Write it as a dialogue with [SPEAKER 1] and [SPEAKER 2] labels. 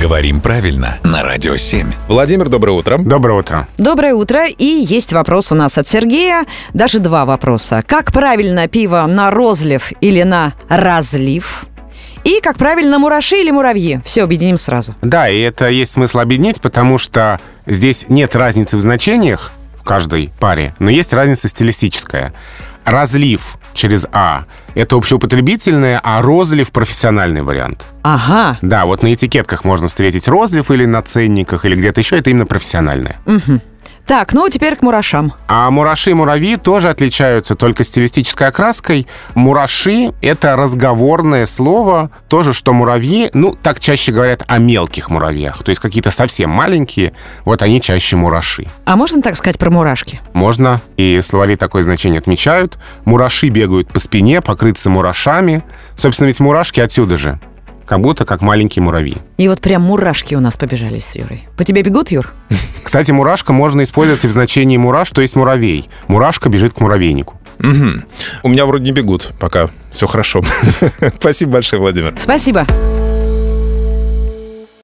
[SPEAKER 1] Говорим правильно на Радио 7.
[SPEAKER 2] Владимир, доброе утро.
[SPEAKER 3] Доброе утро.
[SPEAKER 4] Доброе утро. И есть вопрос у нас от Сергея. Даже два вопроса. Как правильно пиво на розлив или на разлив? И как правильно мураши или муравьи? Все объединим сразу.
[SPEAKER 3] Да, и это есть смысл объединить, потому что здесь нет разницы в значениях в каждой паре, но есть разница стилистическая. Разлив через «а» — это общеупотребительное, а розлив — профессиональный вариант.
[SPEAKER 4] Ага.
[SPEAKER 3] Да, вот на этикетках можно встретить розлив или на ценниках, или где-то еще, это именно профессиональное.
[SPEAKER 4] Так, ну теперь к мурашам.
[SPEAKER 3] А мураши и муравьи тоже отличаются только стилистической окраской. Мураши — это разговорное слово, тоже, что муравьи, ну, так чаще говорят о мелких муравьях, то есть какие-то совсем маленькие, вот они чаще мураши.
[SPEAKER 4] А можно так сказать про мурашки?
[SPEAKER 3] Можно, и словари такое значение отмечают. Мураши бегают по спине, покрыться мурашами. Собственно, ведь мурашки отсюда же, как будто как маленькие муравьи.
[SPEAKER 4] И вот прям мурашки у нас побежали с Юрой. По тебе бегут, Юр?
[SPEAKER 3] Кстати, мурашка можно использовать и в значении мураш, то есть муравей. Мурашка бежит к муравейнику.
[SPEAKER 2] У меня вроде не бегут пока. Все хорошо. Спасибо большое, Владимир.
[SPEAKER 4] Спасибо.